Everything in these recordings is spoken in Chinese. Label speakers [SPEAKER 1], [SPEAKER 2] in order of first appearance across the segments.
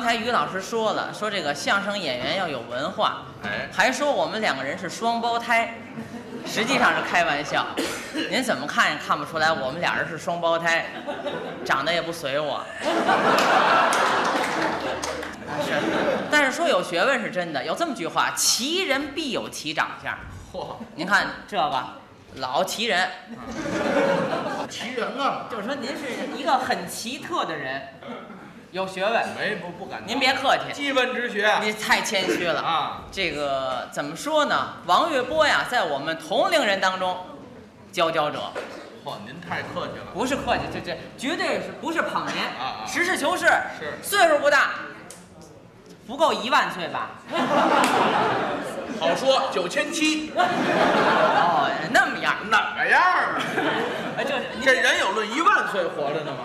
[SPEAKER 1] 才于老师说了，说这个相声演员要有文化，
[SPEAKER 2] 哎，
[SPEAKER 1] 还说我们两个人是双胞胎，实际上是开玩笑。您怎么看也看不出来，我们俩人是双胞胎，长得也不随我。 是，但是说有学问是真的，有这么句话：奇人必有其长相。
[SPEAKER 2] 嚯，
[SPEAKER 1] 您看这个老奇人，
[SPEAKER 2] 奇人啊！
[SPEAKER 1] 就是说您是一个很奇特的人，有学问。
[SPEAKER 2] 没不不敢当，
[SPEAKER 1] 您别客气，
[SPEAKER 2] 记问之学
[SPEAKER 1] 您太谦虚了。
[SPEAKER 2] 啊！
[SPEAKER 1] 这个怎么说呢？王月波呀，在我们同龄人当中，佼佼者，
[SPEAKER 2] 嚯，您太客气了。
[SPEAKER 1] 不是客气，这这绝对是不是捧您
[SPEAKER 2] 啊啊
[SPEAKER 1] 实事求是，
[SPEAKER 2] 是
[SPEAKER 1] 岁数不大，不够一万岁吧？
[SPEAKER 2] 好说九千七，
[SPEAKER 1] 哦，那么样儿，
[SPEAKER 2] 哪个样儿啊？
[SPEAKER 1] 呃就是您
[SPEAKER 2] 这人有论一万岁活着呢吗？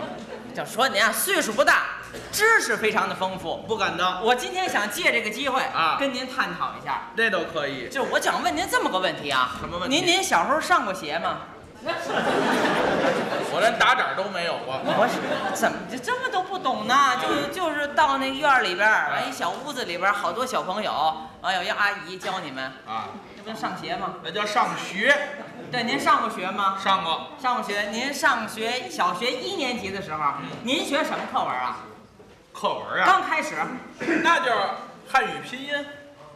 [SPEAKER 1] 就说您啊，岁数不大，知识非常的丰富。
[SPEAKER 2] 不敢当，
[SPEAKER 1] 我今天想借这个机会
[SPEAKER 2] 啊
[SPEAKER 1] 跟您探讨一下。
[SPEAKER 2] 这都可以。
[SPEAKER 1] 就我想问您这么个问题啊，
[SPEAKER 2] 什么问题
[SPEAKER 1] 您您小时候上过学吗？
[SPEAKER 2] 我连打掌都没有啊过。
[SPEAKER 1] 我是怎么就这么都不懂呢？就就是到那院儿里边儿，完一小屋子里边儿，好多小朋友，完有一阿姨教你们，
[SPEAKER 2] 啊，
[SPEAKER 1] 这不是上学吗？
[SPEAKER 2] 那叫上学，
[SPEAKER 1] 对，您上过学吗？
[SPEAKER 2] 上过
[SPEAKER 1] 上过学。您上学小学一年级的时候，您学什么课文啊？
[SPEAKER 2] 课文嗯啊，
[SPEAKER 1] 刚开始，
[SPEAKER 2] 那就是汉语拼音。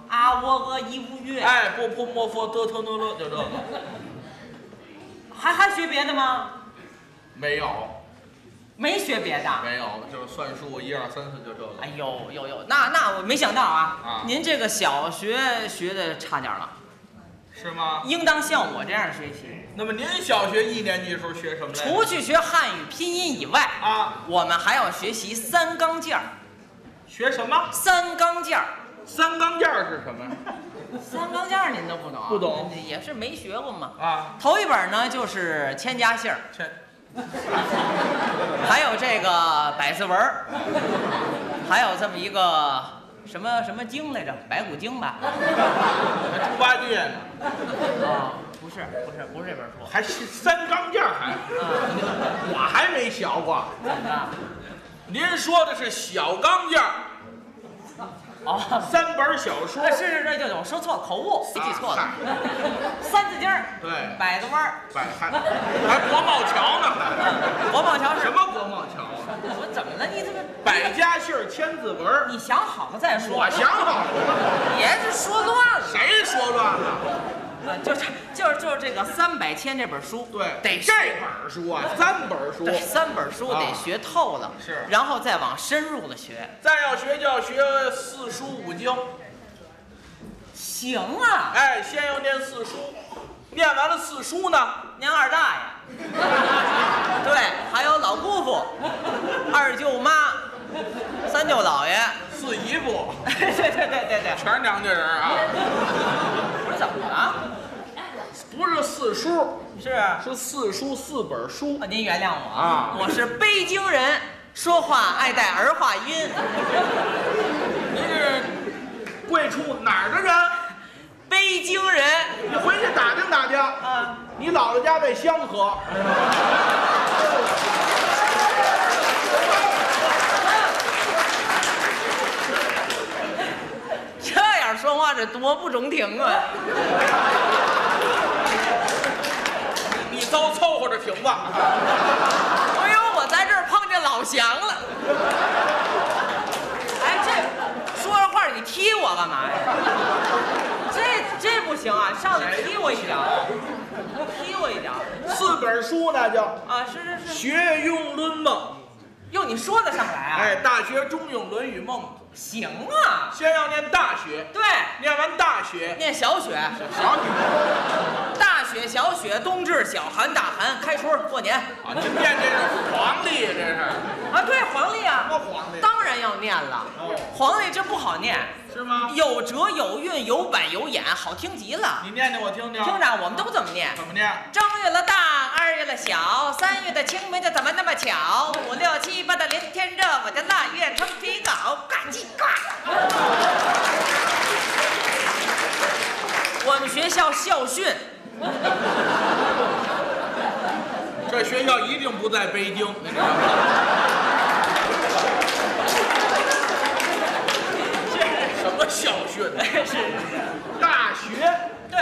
[SPEAKER 1] 啊喔呃一乌月，
[SPEAKER 2] 哎，不不莫佛多特诺勒，就这个
[SPEAKER 1] 还还学别的吗？
[SPEAKER 2] 没有
[SPEAKER 1] 没学别的。
[SPEAKER 2] 没有，就是算术一二三四就这个。
[SPEAKER 1] 哎呦呦呦，那那我没想到啊
[SPEAKER 2] 啊，
[SPEAKER 1] 您这个小学学的差点儿了，
[SPEAKER 2] 是吗？
[SPEAKER 1] 应当像我这样学习。
[SPEAKER 2] 那么您小学一年级的时候学什么来着？
[SPEAKER 1] 除去学汉语拼音以外，
[SPEAKER 2] 嗯啊，
[SPEAKER 1] 我们还要学习三钢件儿。
[SPEAKER 2] 学什么？
[SPEAKER 1] 三钢件儿，
[SPEAKER 2] 三钢件儿是什么呀？
[SPEAKER 1] 三钢件儿您都不懂啊？
[SPEAKER 2] 不懂
[SPEAKER 1] 也是没学过嘛。
[SPEAKER 2] 啊，
[SPEAKER 1] 头一本呢就是千家姓儿，
[SPEAKER 2] 这
[SPEAKER 1] 还有这个百字文儿，还有这么一个什么什么经来着，白骨精吧？
[SPEAKER 2] 啊还猪八戒呢，
[SPEAKER 1] 啊，不是不是不是这本书
[SPEAKER 2] 还是三钢件儿还，我还没学过。
[SPEAKER 1] 啊。
[SPEAKER 2] 您说的是小钢件儿，
[SPEAKER 1] 哦，
[SPEAKER 2] 三本小说
[SPEAKER 1] 是。是是，就有说错了口误，
[SPEAKER 2] 啊
[SPEAKER 1] 记错了。三字经儿，
[SPEAKER 2] 对，
[SPEAKER 1] 百个弯儿，啊
[SPEAKER 2] 百还还国贸桥呢，
[SPEAKER 1] 国贸桥
[SPEAKER 2] 还
[SPEAKER 1] 是
[SPEAKER 2] 什？么国贸桥啊？
[SPEAKER 1] 我怎么了？你怎么？
[SPEAKER 2] 百家姓儿千字文儿，
[SPEAKER 1] 你想好了再说。
[SPEAKER 2] 我想好了，
[SPEAKER 1] 别是说乱了。
[SPEAKER 2] 谁说乱了？
[SPEAKER 1] 啊，就是就是就是这个《三百千》这本书，
[SPEAKER 2] 对，
[SPEAKER 1] 得
[SPEAKER 2] 这本书啊，三本书，
[SPEAKER 1] 这三本书
[SPEAKER 2] 啊
[SPEAKER 1] 得学透了，
[SPEAKER 2] 是
[SPEAKER 1] 然后再往深入的学。
[SPEAKER 2] 再要学就要学四书五经。
[SPEAKER 1] 行啊，
[SPEAKER 2] 哎，先要念四书，念完了四书呢，
[SPEAKER 1] 您二大爷，对，还有老姑父、二舅妈、三舅姥爷，
[SPEAKER 2] 四姨夫，
[SPEAKER 1] 对对对对对，
[SPEAKER 2] 全是娘家人啊，
[SPEAKER 1] 我怎么了？
[SPEAKER 2] 不是四书，
[SPEAKER 1] 是啊，
[SPEAKER 2] 是四书四本书。
[SPEAKER 1] 您原谅我
[SPEAKER 2] 啊
[SPEAKER 1] 我是北京人，说话爱带儿化音，
[SPEAKER 2] 您是贵处哪儿的人？
[SPEAKER 1] 北京人
[SPEAKER 2] 你回去打听打听。
[SPEAKER 1] 啊，
[SPEAKER 2] 你姥姥家在香河，
[SPEAKER 1] 这样说话这多不中听啊！
[SPEAKER 2] 你糟凑合着停吧。
[SPEAKER 1] 哎呦，我在这儿碰见老祥了。哎，这说着话你踢我干嘛呀？这这不行啊！上来踢我一脚，踢我一脚
[SPEAKER 2] 四本书呢叫
[SPEAKER 1] 啊！是是是，
[SPEAKER 2] 《学庸论孟》，
[SPEAKER 1] 哟，你说得上来啊？
[SPEAKER 2] 哎，《大学》《中庸》《论语》《孟子
[SPEAKER 1] 行》，啊，
[SPEAKER 2] 先要念大学，
[SPEAKER 1] 对，
[SPEAKER 2] 念完大学，
[SPEAKER 1] 念小雪、
[SPEAKER 2] 小女
[SPEAKER 1] 大雪、小雪、冬至、小寒、大寒、开春、过年
[SPEAKER 2] 啊，您念这是皇帝呀，这是
[SPEAKER 1] 啊，对，黄历
[SPEAKER 2] 什
[SPEAKER 1] 啊，
[SPEAKER 2] 么皇帝？
[SPEAKER 1] 当然要念了。
[SPEAKER 2] 哦，
[SPEAKER 1] 黄历这不好念，
[SPEAKER 2] 是吗？
[SPEAKER 1] 有折有韵有板有眼，好听极了。
[SPEAKER 2] 你念念我听听，
[SPEAKER 1] 听着，我们都这么念。
[SPEAKER 2] 怎么念？
[SPEAKER 1] 正月了大，二月了小，三月的清明这怎么那么巧？五六七八的连天热，我的腊月成皮狗，呱唧呱。我们学校校训
[SPEAKER 2] 这学校一定不在北京，你知道吗？学的，
[SPEAKER 1] 是是，
[SPEAKER 2] 大学。
[SPEAKER 1] 对，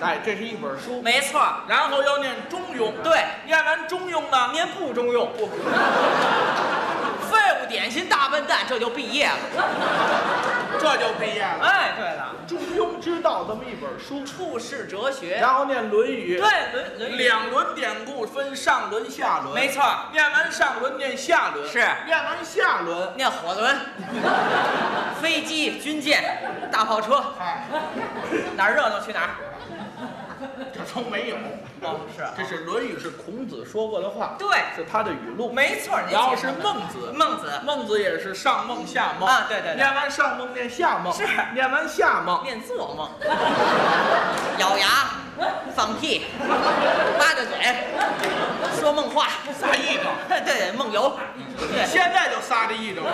[SPEAKER 2] 哎，这是一本书，
[SPEAKER 1] 没错儿，
[SPEAKER 2] 然后要念中庸，
[SPEAKER 1] 对，
[SPEAKER 2] 念完中庸呢，念不中庸，不，
[SPEAKER 1] 废物点心大笨蛋，这就毕业了。
[SPEAKER 2] 这就毕业了。
[SPEAKER 1] 哎，对了，
[SPEAKER 2] 中庸之道这么一本书，
[SPEAKER 1] 处世哲学，
[SPEAKER 2] 然后念《论语
[SPEAKER 1] 对，》，论论语，
[SPEAKER 2] 两轮典故分上轮下轮，
[SPEAKER 1] 没错儿，
[SPEAKER 2] 念完上轮念下轮，
[SPEAKER 1] 是
[SPEAKER 2] 念完下轮，
[SPEAKER 1] 那火 轮、飞机、军舰、大炮车，
[SPEAKER 2] 哎，
[SPEAKER 1] 哪儿热闹去哪儿。
[SPEAKER 2] 这都没有。
[SPEAKER 1] 哦，是啊
[SPEAKER 2] 这是《论语》，是孔子说过的话，
[SPEAKER 1] 对，
[SPEAKER 2] 是他的语录。
[SPEAKER 1] 没错儿。您
[SPEAKER 2] 然后
[SPEAKER 1] 解
[SPEAKER 2] 是
[SPEAKER 1] 释的
[SPEAKER 2] 孟子，
[SPEAKER 1] 孟子
[SPEAKER 2] 孟子也是上孟下孟
[SPEAKER 1] 啊对对对
[SPEAKER 2] 念完上孟念下孟，
[SPEAKER 1] 是
[SPEAKER 2] 念完下孟，
[SPEAKER 1] 念做梦， 咬牙，放屁，吧着嘴，说梦话，
[SPEAKER 2] 仨一个。
[SPEAKER 1] 对，梦游，对，
[SPEAKER 2] 现在就仨这一种，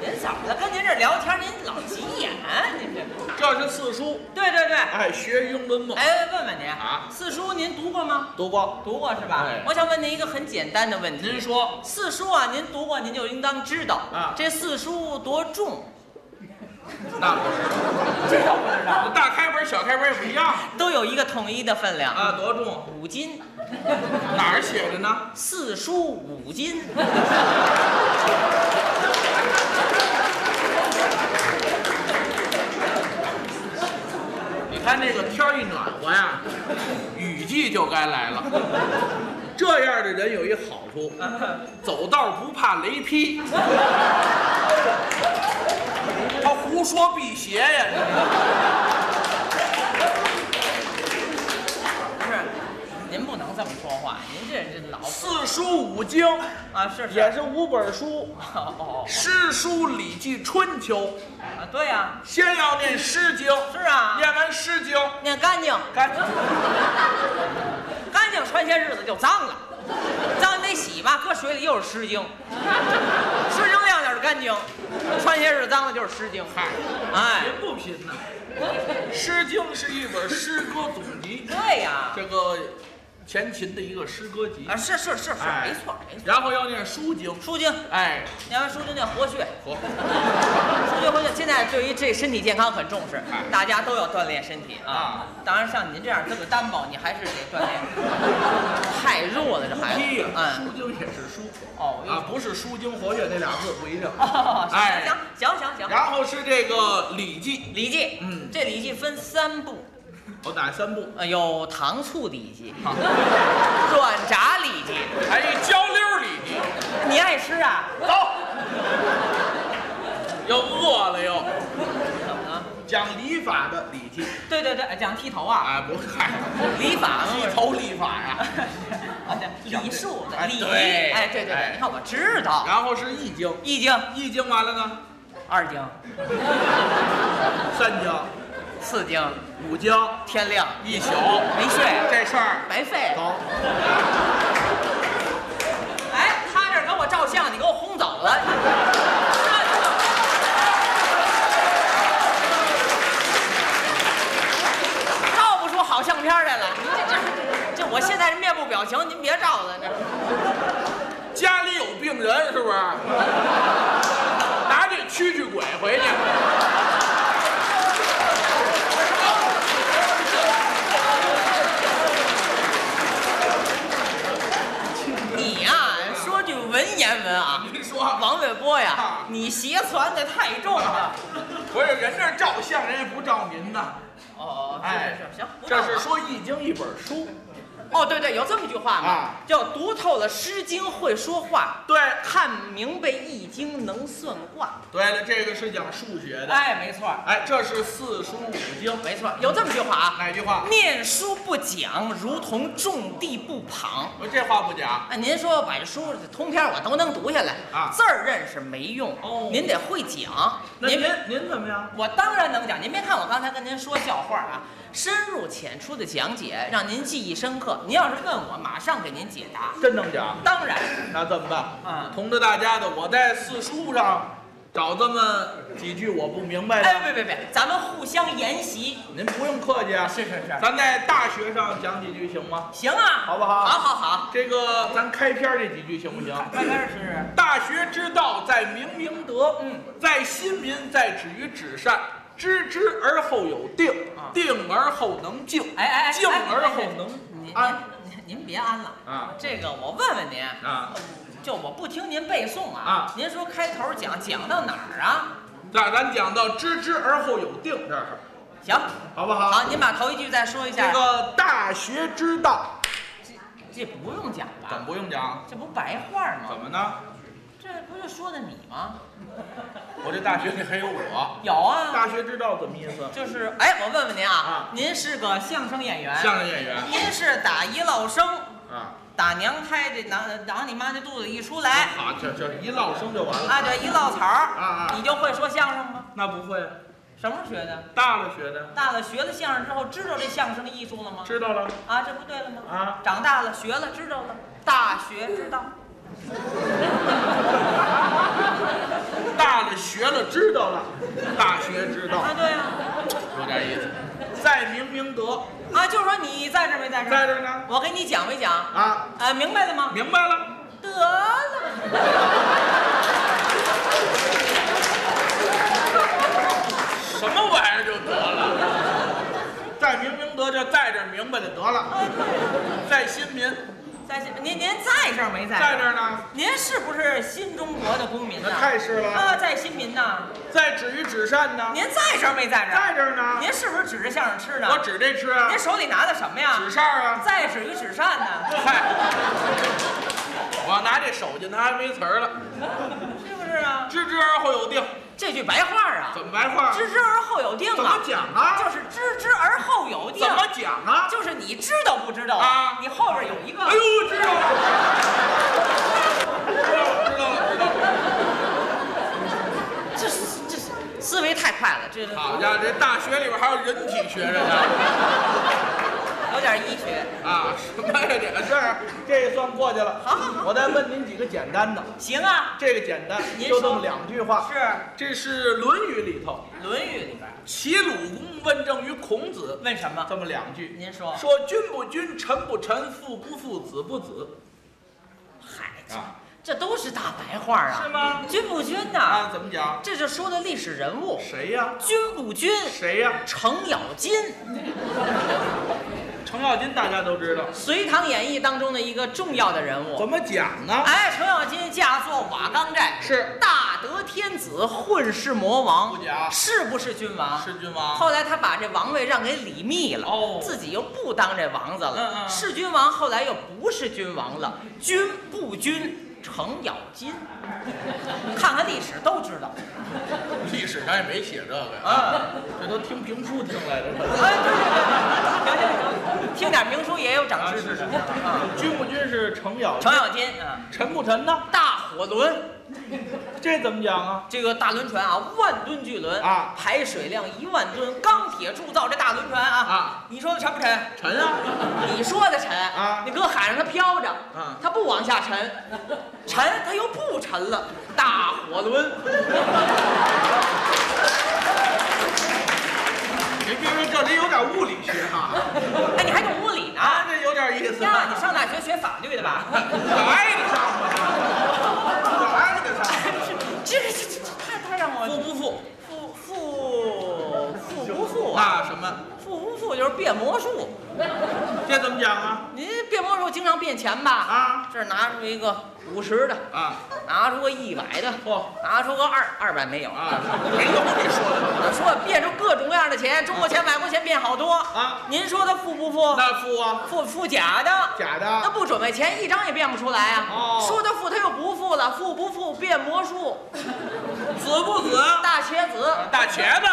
[SPEAKER 1] 您怎么了？跟您这聊天，您老急眼，您这，
[SPEAKER 2] 这是四书，
[SPEAKER 1] 对对对，
[SPEAKER 2] 哎，学《庸论孟》
[SPEAKER 1] 哎，问问您
[SPEAKER 2] 啊
[SPEAKER 1] 四书您读过吗？
[SPEAKER 2] 读过。
[SPEAKER 1] 读过是吧？
[SPEAKER 2] 哎
[SPEAKER 1] 我想问您一个很简单的问题。
[SPEAKER 2] 您说
[SPEAKER 1] 四书啊，您读过，您就应当知道
[SPEAKER 2] 啊
[SPEAKER 1] 这四书多重，
[SPEAKER 2] 那不是，
[SPEAKER 1] 这都不知道，
[SPEAKER 2] 大开本、小开本也不一样
[SPEAKER 1] 都有一个统一的分量，
[SPEAKER 2] 啊，多重？
[SPEAKER 1] 五斤，
[SPEAKER 2] 哪儿写着呢？
[SPEAKER 1] 四书五斤，
[SPEAKER 2] 你看这个天一暖和呀，雨季就该来了。这样的人有一好处，走道不怕雷劈。他胡说辟邪呀！
[SPEAKER 1] 不是，您不能这么说话，您这这老
[SPEAKER 2] 四书五经
[SPEAKER 1] 啊是是
[SPEAKER 2] 也是五本书，
[SPEAKER 1] 哦哦
[SPEAKER 2] 诗书礼记春秋，
[SPEAKER 1] 哦啊对呀、
[SPEAKER 2] 先要念《诗经》，
[SPEAKER 1] 是啊，
[SPEAKER 2] 念完《诗经》，
[SPEAKER 1] 念干净，
[SPEAKER 2] 该
[SPEAKER 1] 干净穿些日子就脏了，脏你得洗吧，搁水里又是湿精，湿精晾点儿就干净，穿些日子脏了就是湿精，
[SPEAKER 2] 嗨，
[SPEAKER 1] 哎
[SPEAKER 2] 您，不拼呐，《诗经》是一本诗歌总集，
[SPEAKER 1] 对呀、
[SPEAKER 2] 这个前秦的一个诗歌集
[SPEAKER 1] 啊，是是是是，
[SPEAKER 2] 哎
[SPEAKER 1] 没错没错，
[SPEAKER 2] 然后要念《书经》，
[SPEAKER 1] 舒经。
[SPEAKER 2] 哎，
[SPEAKER 1] 念完书就念活血，
[SPEAKER 2] 好，
[SPEAKER 1] 书就活血。现在对于这身体健康很重视
[SPEAKER 2] 哎，
[SPEAKER 1] 大家都要锻炼身体啊
[SPEAKER 2] 啊。
[SPEAKER 1] 当然，像您这样这么单薄，你还是得锻炼。 太弱了，这孩
[SPEAKER 2] 第一，
[SPEAKER 1] 子。嗯，
[SPEAKER 2] 书经也是书
[SPEAKER 1] 哦又是
[SPEAKER 2] 啊，不是《书经》活跃这俩字不一样。
[SPEAKER 1] 哦，
[SPEAKER 2] 哎
[SPEAKER 1] 行行行行行。
[SPEAKER 2] 然后是这个《礼记
[SPEAKER 1] 《礼记》，
[SPEAKER 2] 嗯
[SPEAKER 1] 这《礼记》分三部，》，
[SPEAKER 2] 我打三部，
[SPEAKER 1] 呃，有糖醋礼记、
[SPEAKER 2] 好
[SPEAKER 1] 软炸礼记。
[SPEAKER 2] 还有一焦哎溜儿礼记。
[SPEAKER 1] 你爱吃啊？
[SPEAKER 2] 走，又饿了又。
[SPEAKER 1] 怎么了？
[SPEAKER 2] 讲礼法的礼记，
[SPEAKER 1] 对对对，讲剃头啊，
[SPEAKER 2] 哎，不是，嗨，
[SPEAKER 1] 礼法
[SPEAKER 2] 剃头礼法呀。
[SPEAKER 1] 啊，对，礼数的
[SPEAKER 2] 哎
[SPEAKER 1] 礼，
[SPEAKER 2] 对
[SPEAKER 1] 哎，对对对，
[SPEAKER 2] 哎
[SPEAKER 1] 你看我知道，
[SPEAKER 2] 然后是易经，
[SPEAKER 1] 易经、
[SPEAKER 2] 易经完了呢，
[SPEAKER 1] 二经、
[SPEAKER 2] 三经、
[SPEAKER 1] 四经、
[SPEAKER 2] 五经、
[SPEAKER 1] 天亮
[SPEAKER 2] 一宿，
[SPEAKER 1] 没睡，
[SPEAKER 2] 这事儿
[SPEAKER 1] 白费。
[SPEAKER 2] 走。
[SPEAKER 1] 哎，他这儿给我照相，你给我轰走了。照不出好相片来了，你这这这，我现在是面部表情，您别照了。这
[SPEAKER 2] 家里有病人是不是？拿这驱驱鬼回去。
[SPEAKER 1] 你呀、说句文言文啊，
[SPEAKER 2] 您说，
[SPEAKER 1] 王月波
[SPEAKER 2] 啊
[SPEAKER 1] 呀，你邪传的太重了。
[SPEAKER 2] 不是人这照相，人也不照您的。
[SPEAKER 1] 哦，
[SPEAKER 2] 哎
[SPEAKER 1] 是是是，行，不
[SPEAKER 2] 这
[SPEAKER 1] 闹
[SPEAKER 2] 是
[SPEAKER 1] 了
[SPEAKER 2] 说易经一本书，
[SPEAKER 1] 哦，对对，有这么一句话嘛
[SPEAKER 2] 啊，
[SPEAKER 1] 叫读透了《诗经》会说话，
[SPEAKER 2] 对。
[SPEAKER 1] 看明白《易经》能算卦。
[SPEAKER 2] 对了，这个是讲数学的。
[SPEAKER 1] 哎，没错儿。
[SPEAKER 2] 哎，这是四书五经，
[SPEAKER 1] 没错，有这么句话啊：
[SPEAKER 2] 哪句话？
[SPEAKER 1] 念书不讲，如同种地不旁。
[SPEAKER 2] 我这话不假。
[SPEAKER 1] 哎，您说把这书通篇我都能读下来
[SPEAKER 2] 啊
[SPEAKER 1] 字儿认识没用，
[SPEAKER 2] 哦
[SPEAKER 1] 您得会讲。
[SPEAKER 2] 那您
[SPEAKER 1] 别
[SPEAKER 2] 您怎么样？
[SPEAKER 1] 我当然能讲，您别看我刚才跟您说笑话啊，深入浅出的讲解让您记忆深刻。您要是问我，马上给您解答。
[SPEAKER 2] 真能讲？
[SPEAKER 1] 当然，
[SPEAKER 2] 那怎么办？
[SPEAKER 1] 嗯
[SPEAKER 2] 同着大家的，我在四书上找这么几句我不明白
[SPEAKER 1] 哎，
[SPEAKER 2] 的，
[SPEAKER 1] 别别别，咱们互相研习。
[SPEAKER 2] 您不用客气啊。
[SPEAKER 1] 是是是
[SPEAKER 2] 咱在大学上讲几句行吗？
[SPEAKER 1] 行啊，
[SPEAKER 2] 好不好
[SPEAKER 1] 好好好，
[SPEAKER 2] 这个咱开篇儿这几句行不行？
[SPEAKER 1] 慢慢试试。
[SPEAKER 2] 大学之道，在明明德。
[SPEAKER 1] 嗯，
[SPEAKER 2] 在亲民，在止于至善。知之而后有定，
[SPEAKER 1] 啊
[SPEAKER 2] 定而后能静，
[SPEAKER 1] 哎哎哎，
[SPEAKER 2] 静而后
[SPEAKER 1] 您
[SPEAKER 2] 能安。
[SPEAKER 1] 您您别安了
[SPEAKER 2] 啊
[SPEAKER 1] 这个我问问您，
[SPEAKER 2] 啊！
[SPEAKER 1] 就我不听您背诵啊
[SPEAKER 2] 啊，
[SPEAKER 1] 您说开头讲讲到哪儿啊？
[SPEAKER 2] 那咱讲到知之而后有定这儿，
[SPEAKER 1] 行，
[SPEAKER 2] 好不好？
[SPEAKER 1] 好，您把头一句再说一
[SPEAKER 2] 这
[SPEAKER 1] 下。
[SPEAKER 2] 个大学之道，
[SPEAKER 1] 这这不用讲
[SPEAKER 2] 怎么
[SPEAKER 1] 吧？
[SPEAKER 2] 不用讲？
[SPEAKER 1] 这不白话
[SPEAKER 2] 怎
[SPEAKER 1] 吗？
[SPEAKER 2] 么呢？
[SPEAKER 1] 这不就说的你吗？
[SPEAKER 2] 我这大学里还有我。
[SPEAKER 1] 有啊，
[SPEAKER 2] 大学之道怎么意思？
[SPEAKER 1] 就是哎，我问问您啊
[SPEAKER 2] 啊，
[SPEAKER 1] 您是个相声演员，
[SPEAKER 2] 相声演员
[SPEAKER 1] 您是打一落生，
[SPEAKER 2] 啊，
[SPEAKER 1] 打娘胎这囊囊你妈这肚子一出来
[SPEAKER 2] 好，这这一落生就完了。
[SPEAKER 1] 啊，对，一落草儿
[SPEAKER 2] 啊啊
[SPEAKER 1] 你就会说相声吗？
[SPEAKER 2] 那不会，
[SPEAKER 1] 什么时候学的？
[SPEAKER 2] 大了学的
[SPEAKER 1] 大了学了相声之后，知道这相声艺术了吗？
[SPEAKER 2] 知道了
[SPEAKER 1] 啊，这不对了吗？
[SPEAKER 2] 啊，
[SPEAKER 1] 长大了学了知道了，啊大学之道，
[SPEAKER 2] 大了学了知道了，大学之道
[SPEAKER 1] 啊，对啊，
[SPEAKER 2] 有点意思。在明明德，
[SPEAKER 1] 啊，就是说你在这儿没在这儿？
[SPEAKER 2] 在这儿呢
[SPEAKER 1] 我给你讲没讲？
[SPEAKER 2] 啊，
[SPEAKER 1] 啊，明白了吗？
[SPEAKER 2] 明白了，
[SPEAKER 1] 得了，
[SPEAKER 2] 什么玩意儿就得了。在明明德就在这儿明白就得了，在新民
[SPEAKER 1] 在这您您在这儿没在？
[SPEAKER 2] 在这儿呢，
[SPEAKER 1] 您是不是新中国的公民
[SPEAKER 2] 那
[SPEAKER 1] 呢？
[SPEAKER 2] 太是了。
[SPEAKER 1] 啊，在新民呢？
[SPEAKER 2] 在止于止善呢，
[SPEAKER 1] 您在这儿没在这儿？
[SPEAKER 2] 在这儿呢。
[SPEAKER 1] 您是不是指着相声吃呢？
[SPEAKER 2] 我指这吃啊
[SPEAKER 1] 您，手里拿的什么呀
[SPEAKER 2] 指？扇儿啊。
[SPEAKER 1] 在指与纸扇呢？
[SPEAKER 2] 嗨，我拿这手巾，他还没词儿了。
[SPEAKER 1] 是不是啊？
[SPEAKER 2] 知之而后有定，
[SPEAKER 1] 这句白话啊，
[SPEAKER 2] 怎么白话？
[SPEAKER 1] 知之而后有定
[SPEAKER 2] 怎
[SPEAKER 1] 啊
[SPEAKER 2] 么，讲啊？
[SPEAKER 1] 就是知之而后有定
[SPEAKER 2] 怎。么讲啊？
[SPEAKER 1] 就是你知道不知道
[SPEAKER 2] 啊
[SPEAKER 1] 你后边有一个，
[SPEAKER 2] 哎呦，知道了，知道了，知道了，知道了。
[SPEAKER 1] 这是这是思维太快了，这
[SPEAKER 2] 好家伙，这大学里边还有人体学着呢
[SPEAKER 1] 有点医学。
[SPEAKER 2] 啊！什么呀这这样这也算过去了。
[SPEAKER 1] 好好好
[SPEAKER 2] 我再问您几个简单的，
[SPEAKER 1] 行啊，
[SPEAKER 2] 这个简单，
[SPEAKER 1] 您
[SPEAKER 2] 就这
[SPEAKER 1] 说
[SPEAKER 2] 么两句话。
[SPEAKER 1] 是
[SPEAKER 2] 这是《论语》里头，
[SPEAKER 1] 《论语》里边
[SPEAKER 2] 齐鲁公问政于孔子，
[SPEAKER 1] 问什么？
[SPEAKER 2] 这么两句。
[SPEAKER 1] 您说
[SPEAKER 2] 说君不君，臣不臣，父不父，子不子
[SPEAKER 1] 嗨，
[SPEAKER 2] 啊
[SPEAKER 1] 这都是大白话啊，
[SPEAKER 2] 是吗
[SPEAKER 1] 君不君呐、
[SPEAKER 2] 啊？怎么讲？
[SPEAKER 1] 这就说的历史人物，
[SPEAKER 2] 谁呀？
[SPEAKER 1] 君不君，
[SPEAKER 2] 谁呀？
[SPEAKER 1] 程咬金，
[SPEAKER 2] 程咬金大家都知道，
[SPEAKER 1] 《隋唐演义》当中的一个重要的人物。
[SPEAKER 2] 怎么讲呢？
[SPEAKER 1] 哎，程咬金嫁作瓦岗寨，
[SPEAKER 2] 是
[SPEAKER 1] 大德天子，混世魔王
[SPEAKER 2] 不假，
[SPEAKER 1] 是不是君王？
[SPEAKER 2] 是君王。
[SPEAKER 1] 后来他把这王位让给李密了，
[SPEAKER 2] 哦
[SPEAKER 1] 自己又不当这王子了。
[SPEAKER 2] 嗯嗯
[SPEAKER 1] 是君王后来又不是君王了，君不君，程咬 金。看看历史都知道。
[SPEAKER 2] 历史上也没写这个
[SPEAKER 1] 啊，
[SPEAKER 2] 这都听评书听来的。
[SPEAKER 1] 哎，对对对，行行行， 听点评书也有长知识的。啊，
[SPEAKER 2] 君不君是程咬金，
[SPEAKER 1] 程咬金啊，
[SPEAKER 2] 臣不臣呢？
[SPEAKER 1] 大火轮。
[SPEAKER 2] 这怎么讲啊？
[SPEAKER 1] 这个大轮船啊，万吨巨轮
[SPEAKER 2] 啊
[SPEAKER 1] 排水量一万吨，钢铁铸造这大轮船啊，
[SPEAKER 2] 啊
[SPEAKER 1] 你说的沉不沉？
[SPEAKER 2] 臣啊，
[SPEAKER 1] 你说的沉
[SPEAKER 2] 啊
[SPEAKER 1] 你搁海上它飘着，
[SPEAKER 2] 嗯
[SPEAKER 1] 它不往下沉， 沉它又不沉了，大火轮，
[SPEAKER 2] 您别说这里有点物理学哈，
[SPEAKER 1] 哎，你还懂物理呢？
[SPEAKER 2] 啊，这有点意思。
[SPEAKER 1] 呀，你上大学学法律的吧？
[SPEAKER 2] 可挨得上吗？可挨得上吗？
[SPEAKER 1] 这个这这太太让我
[SPEAKER 2] 富不富？
[SPEAKER 1] 富富富不富啊？
[SPEAKER 2] 那什么？
[SPEAKER 1] 富不富就是变魔术，
[SPEAKER 2] 这怎么讲啊？
[SPEAKER 1] 您变魔术经常变钱吧？
[SPEAKER 2] 啊
[SPEAKER 1] 这儿拿出一个五十的，
[SPEAKER 2] 啊，
[SPEAKER 1] 拿出个一百的，
[SPEAKER 2] 嚯
[SPEAKER 1] 拿出个二二百没有。
[SPEAKER 2] 啊，没有你说的。
[SPEAKER 1] 我说变出各种各样的钱，中国钱、外国钱变好多
[SPEAKER 2] 啊
[SPEAKER 1] 您说他富不富？
[SPEAKER 2] 那富啊，
[SPEAKER 1] 富富假的，
[SPEAKER 2] 假
[SPEAKER 1] 那
[SPEAKER 2] 的。
[SPEAKER 1] 不准备钱一张也变不出来啊。
[SPEAKER 2] 哦
[SPEAKER 1] 说他富他又不富了，富不富变魔术，
[SPEAKER 2] 子不子？
[SPEAKER 1] 大茄子，
[SPEAKER 2] 大茄子，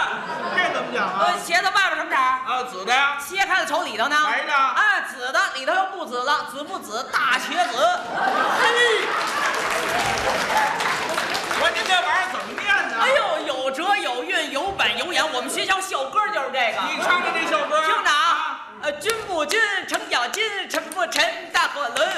[SPEAKER 2] 这怎么讲
[SPEAKER 1] 呃
[SPEAKER 2] 啊？，
[SPEAKER 1] 茄子外边什么色儿？
[SPEAKER 2] 啊，子的呀，
[SPEAKER 1] 切开了瞅里头呢，
[SPEAKER 2] 白的
[SPEAKER 1] 哎，紫的里头又不紫了，紫不紫？大茄 子，嘿，
[SPEAKER 2] 我说您这玩意儿怎么念呢？
[SPEAKER 1] 哎呦，有辙有韵有板有眼，我们学校校歌就是这个。
[SPEAKER 2] 你唱唱这小歌，啊
[SPEAKER 1] 啊听着啊，呃，君不君，程咬金，臣不臣，大火轮，